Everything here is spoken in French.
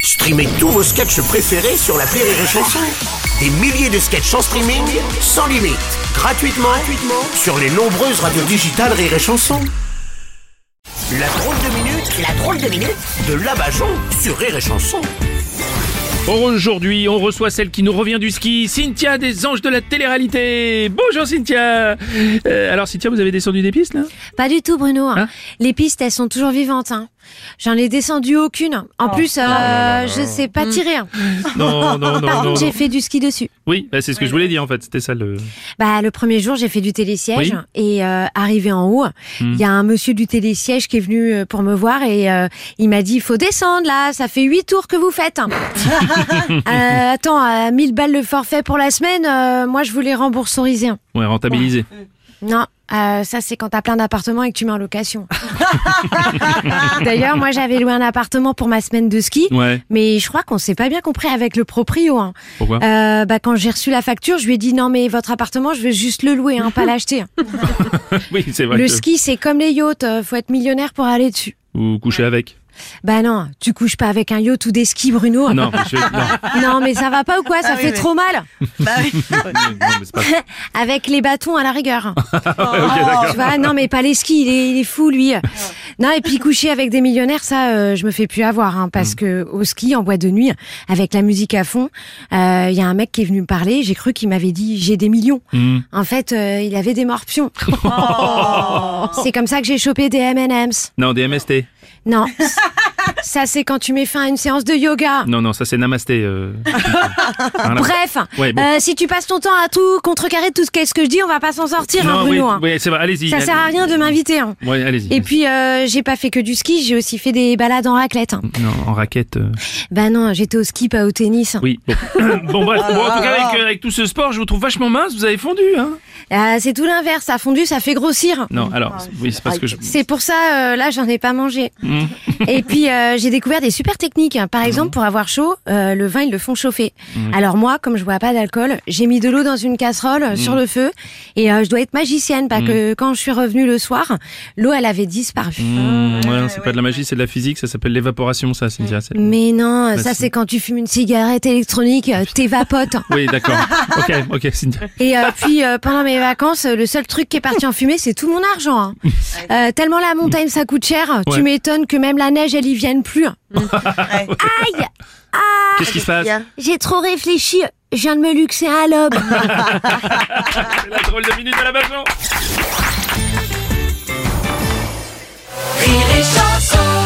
Streamez tous vos sketchs préférés sur la Rire et Chanson. Des milliers de sketchs en streaming, sans limite, gratuitement, gratuitement sur les nombreuses radios digitales Rire et Chanson. La drôle de minute, la drôle de minute de Labajon sur Rire et Chanson. Aujourd'hui, on reçoit celle qui nous revient du ski, Cynthia des Anges de la télé-réalité. Bonjour Cynthia. Euh, alors Cynthia, vous avez descendu des pistes là Pas du tout, Bruno. hein. Hein les pistes, elles sont toujours vivantes. hein. J'en ai descendu aucune. En plus, euh, je sais pas tirer. hein. Non, non, non, Hmm. Oh Par non. contre, non. j'ai fait du ski dessus. Oui, bah, c'est ce que je voulais dire en fait. C'était ça le. Bah, le premier jour, j'ai fait du télésiège Oui. Hmm. et euh, arrivé en haut, il y a un monsieur du télésiège qui est venu euh, pour me voir et euh, il m'a dit "Faut descendre là, ça fait huit tours que vous faites." hein." Euh, attends, à 1000 balles le forfait pour la semaine, euh, moi je voulais rembourser. Ouais, rentabilisé. Non, euh, ça c'est quand t'as plein d'appartements et que tu mets en location. D'ailleurs, moi j'avais loué un appartement pour ma semaine de ski. Ouais. Mais je crois qu'on s'est pas bien compris avec le proprio. hein. Pourquoi Euh, bah, quand j'ai reçu la facture, je lui ai dit non mais votre appartement, je vais juste le louer, hein, pas l'acheter. Oui, c'est vrai. Le que ski, c'est comme les yachts, euh, faut être millionnaire pour aller dessus. Vous couchez avec Bah non, tu couches pas avec un yacht ou des skis, Bruno. Non, mais je- non, Non, mais ça va pas ou quoi Ça Ah oui, fait mais- trop mal. Bah oui. non, mais c'est pas. Avec les bâtons à la rigueur. Oh, Ouais, ok, d'accord. Tu vois, non mais pas les skis, il est, il est fou lui. Non et puis coucher avec des millionnaires, ça euh, je me fais plus avoir hein, Mm. parce que au ski en boîte de nuit avec la musique à fond, il y a un mec qui est venu me parler, j'ai cru qu'il m'avait dit j'ai des millions. Hmm. En fait, euh, il avait des morpions. Oh. C'est comme ça que j'ai chopé des M&M's. Non, des MST. Non. Ça c'est quand tu mets fin à une séance de yoga. Non, non, ça c'est namasté. euh. Hein, là- Bref, Ouais, bon. euh, si tu passes ton temps à tout contrecarrer tout ce qu'est-ce que je dis, on va pas s'en sortir, hein, Non, oui, Bruno. hein. oui, c'est vrai. Allez-y. Ça sert à rien de m'inviter. hein. Ouais, allez-y. Et puis euh, j'ai pas fait que du ski, j'ai aussi fait des balades en raclette. hein. Non, en raquette. euh. Bah non, j'étais au ski pas au tennis. hein. Oui. Bon, Bon, Ah bref. Bon, en tout cas, avec, euh, avec tout ce sport, je vous trouve vachement mince. Vous avez fondu, hein Ah, c'est tout l'inverse, ça a fondu, ça fait grossir. Ah, Non, alors, oui, c'est parce que je. C'est pour ça euh, là j'en ai pas mangé. Hmm. Et puis euh, j'ai découvert des super techniques. hein. Par Mmh. exemple pour avoir chaud, euh, le vin ils le font chauffer. Mhm. Alors moi comme je bois pas d'alcool, j'ai mis de l'eau dans une casserole euh, Mmh. sur le feu et euh, je dois être magicienne parce que quand je suis revenue le soir, l'eau elle avait disparu. Mmh, ouais, Ah, ouais, c'est ouais, pas de la ouais. magie, c'est de la physique, ça s'appelle l'évaporation, ça, Cynthia. c'est- Mais non, ça Bah si. c'est quand tu fumes une cigarette électronique, euh, t'évapotes. Oui, d'accord. ok, ok, Cynthia. Ah, Et euh, puis euh, pendant mes vacances, euh, le seul truc qui est parti en fumée, c'est tout mon argent. hein. Euh, tellement la montagne ça coûte cher, Ouais. tu m'étonnes que même la neige elle y vienne plus. hein. Ouais. Aïe, Qu'est-ce qui se passe Bien. j'ai trop réfléchi, je viens de me luxer un lobe. C'est La drôle de minute à la maison. Rire et chanson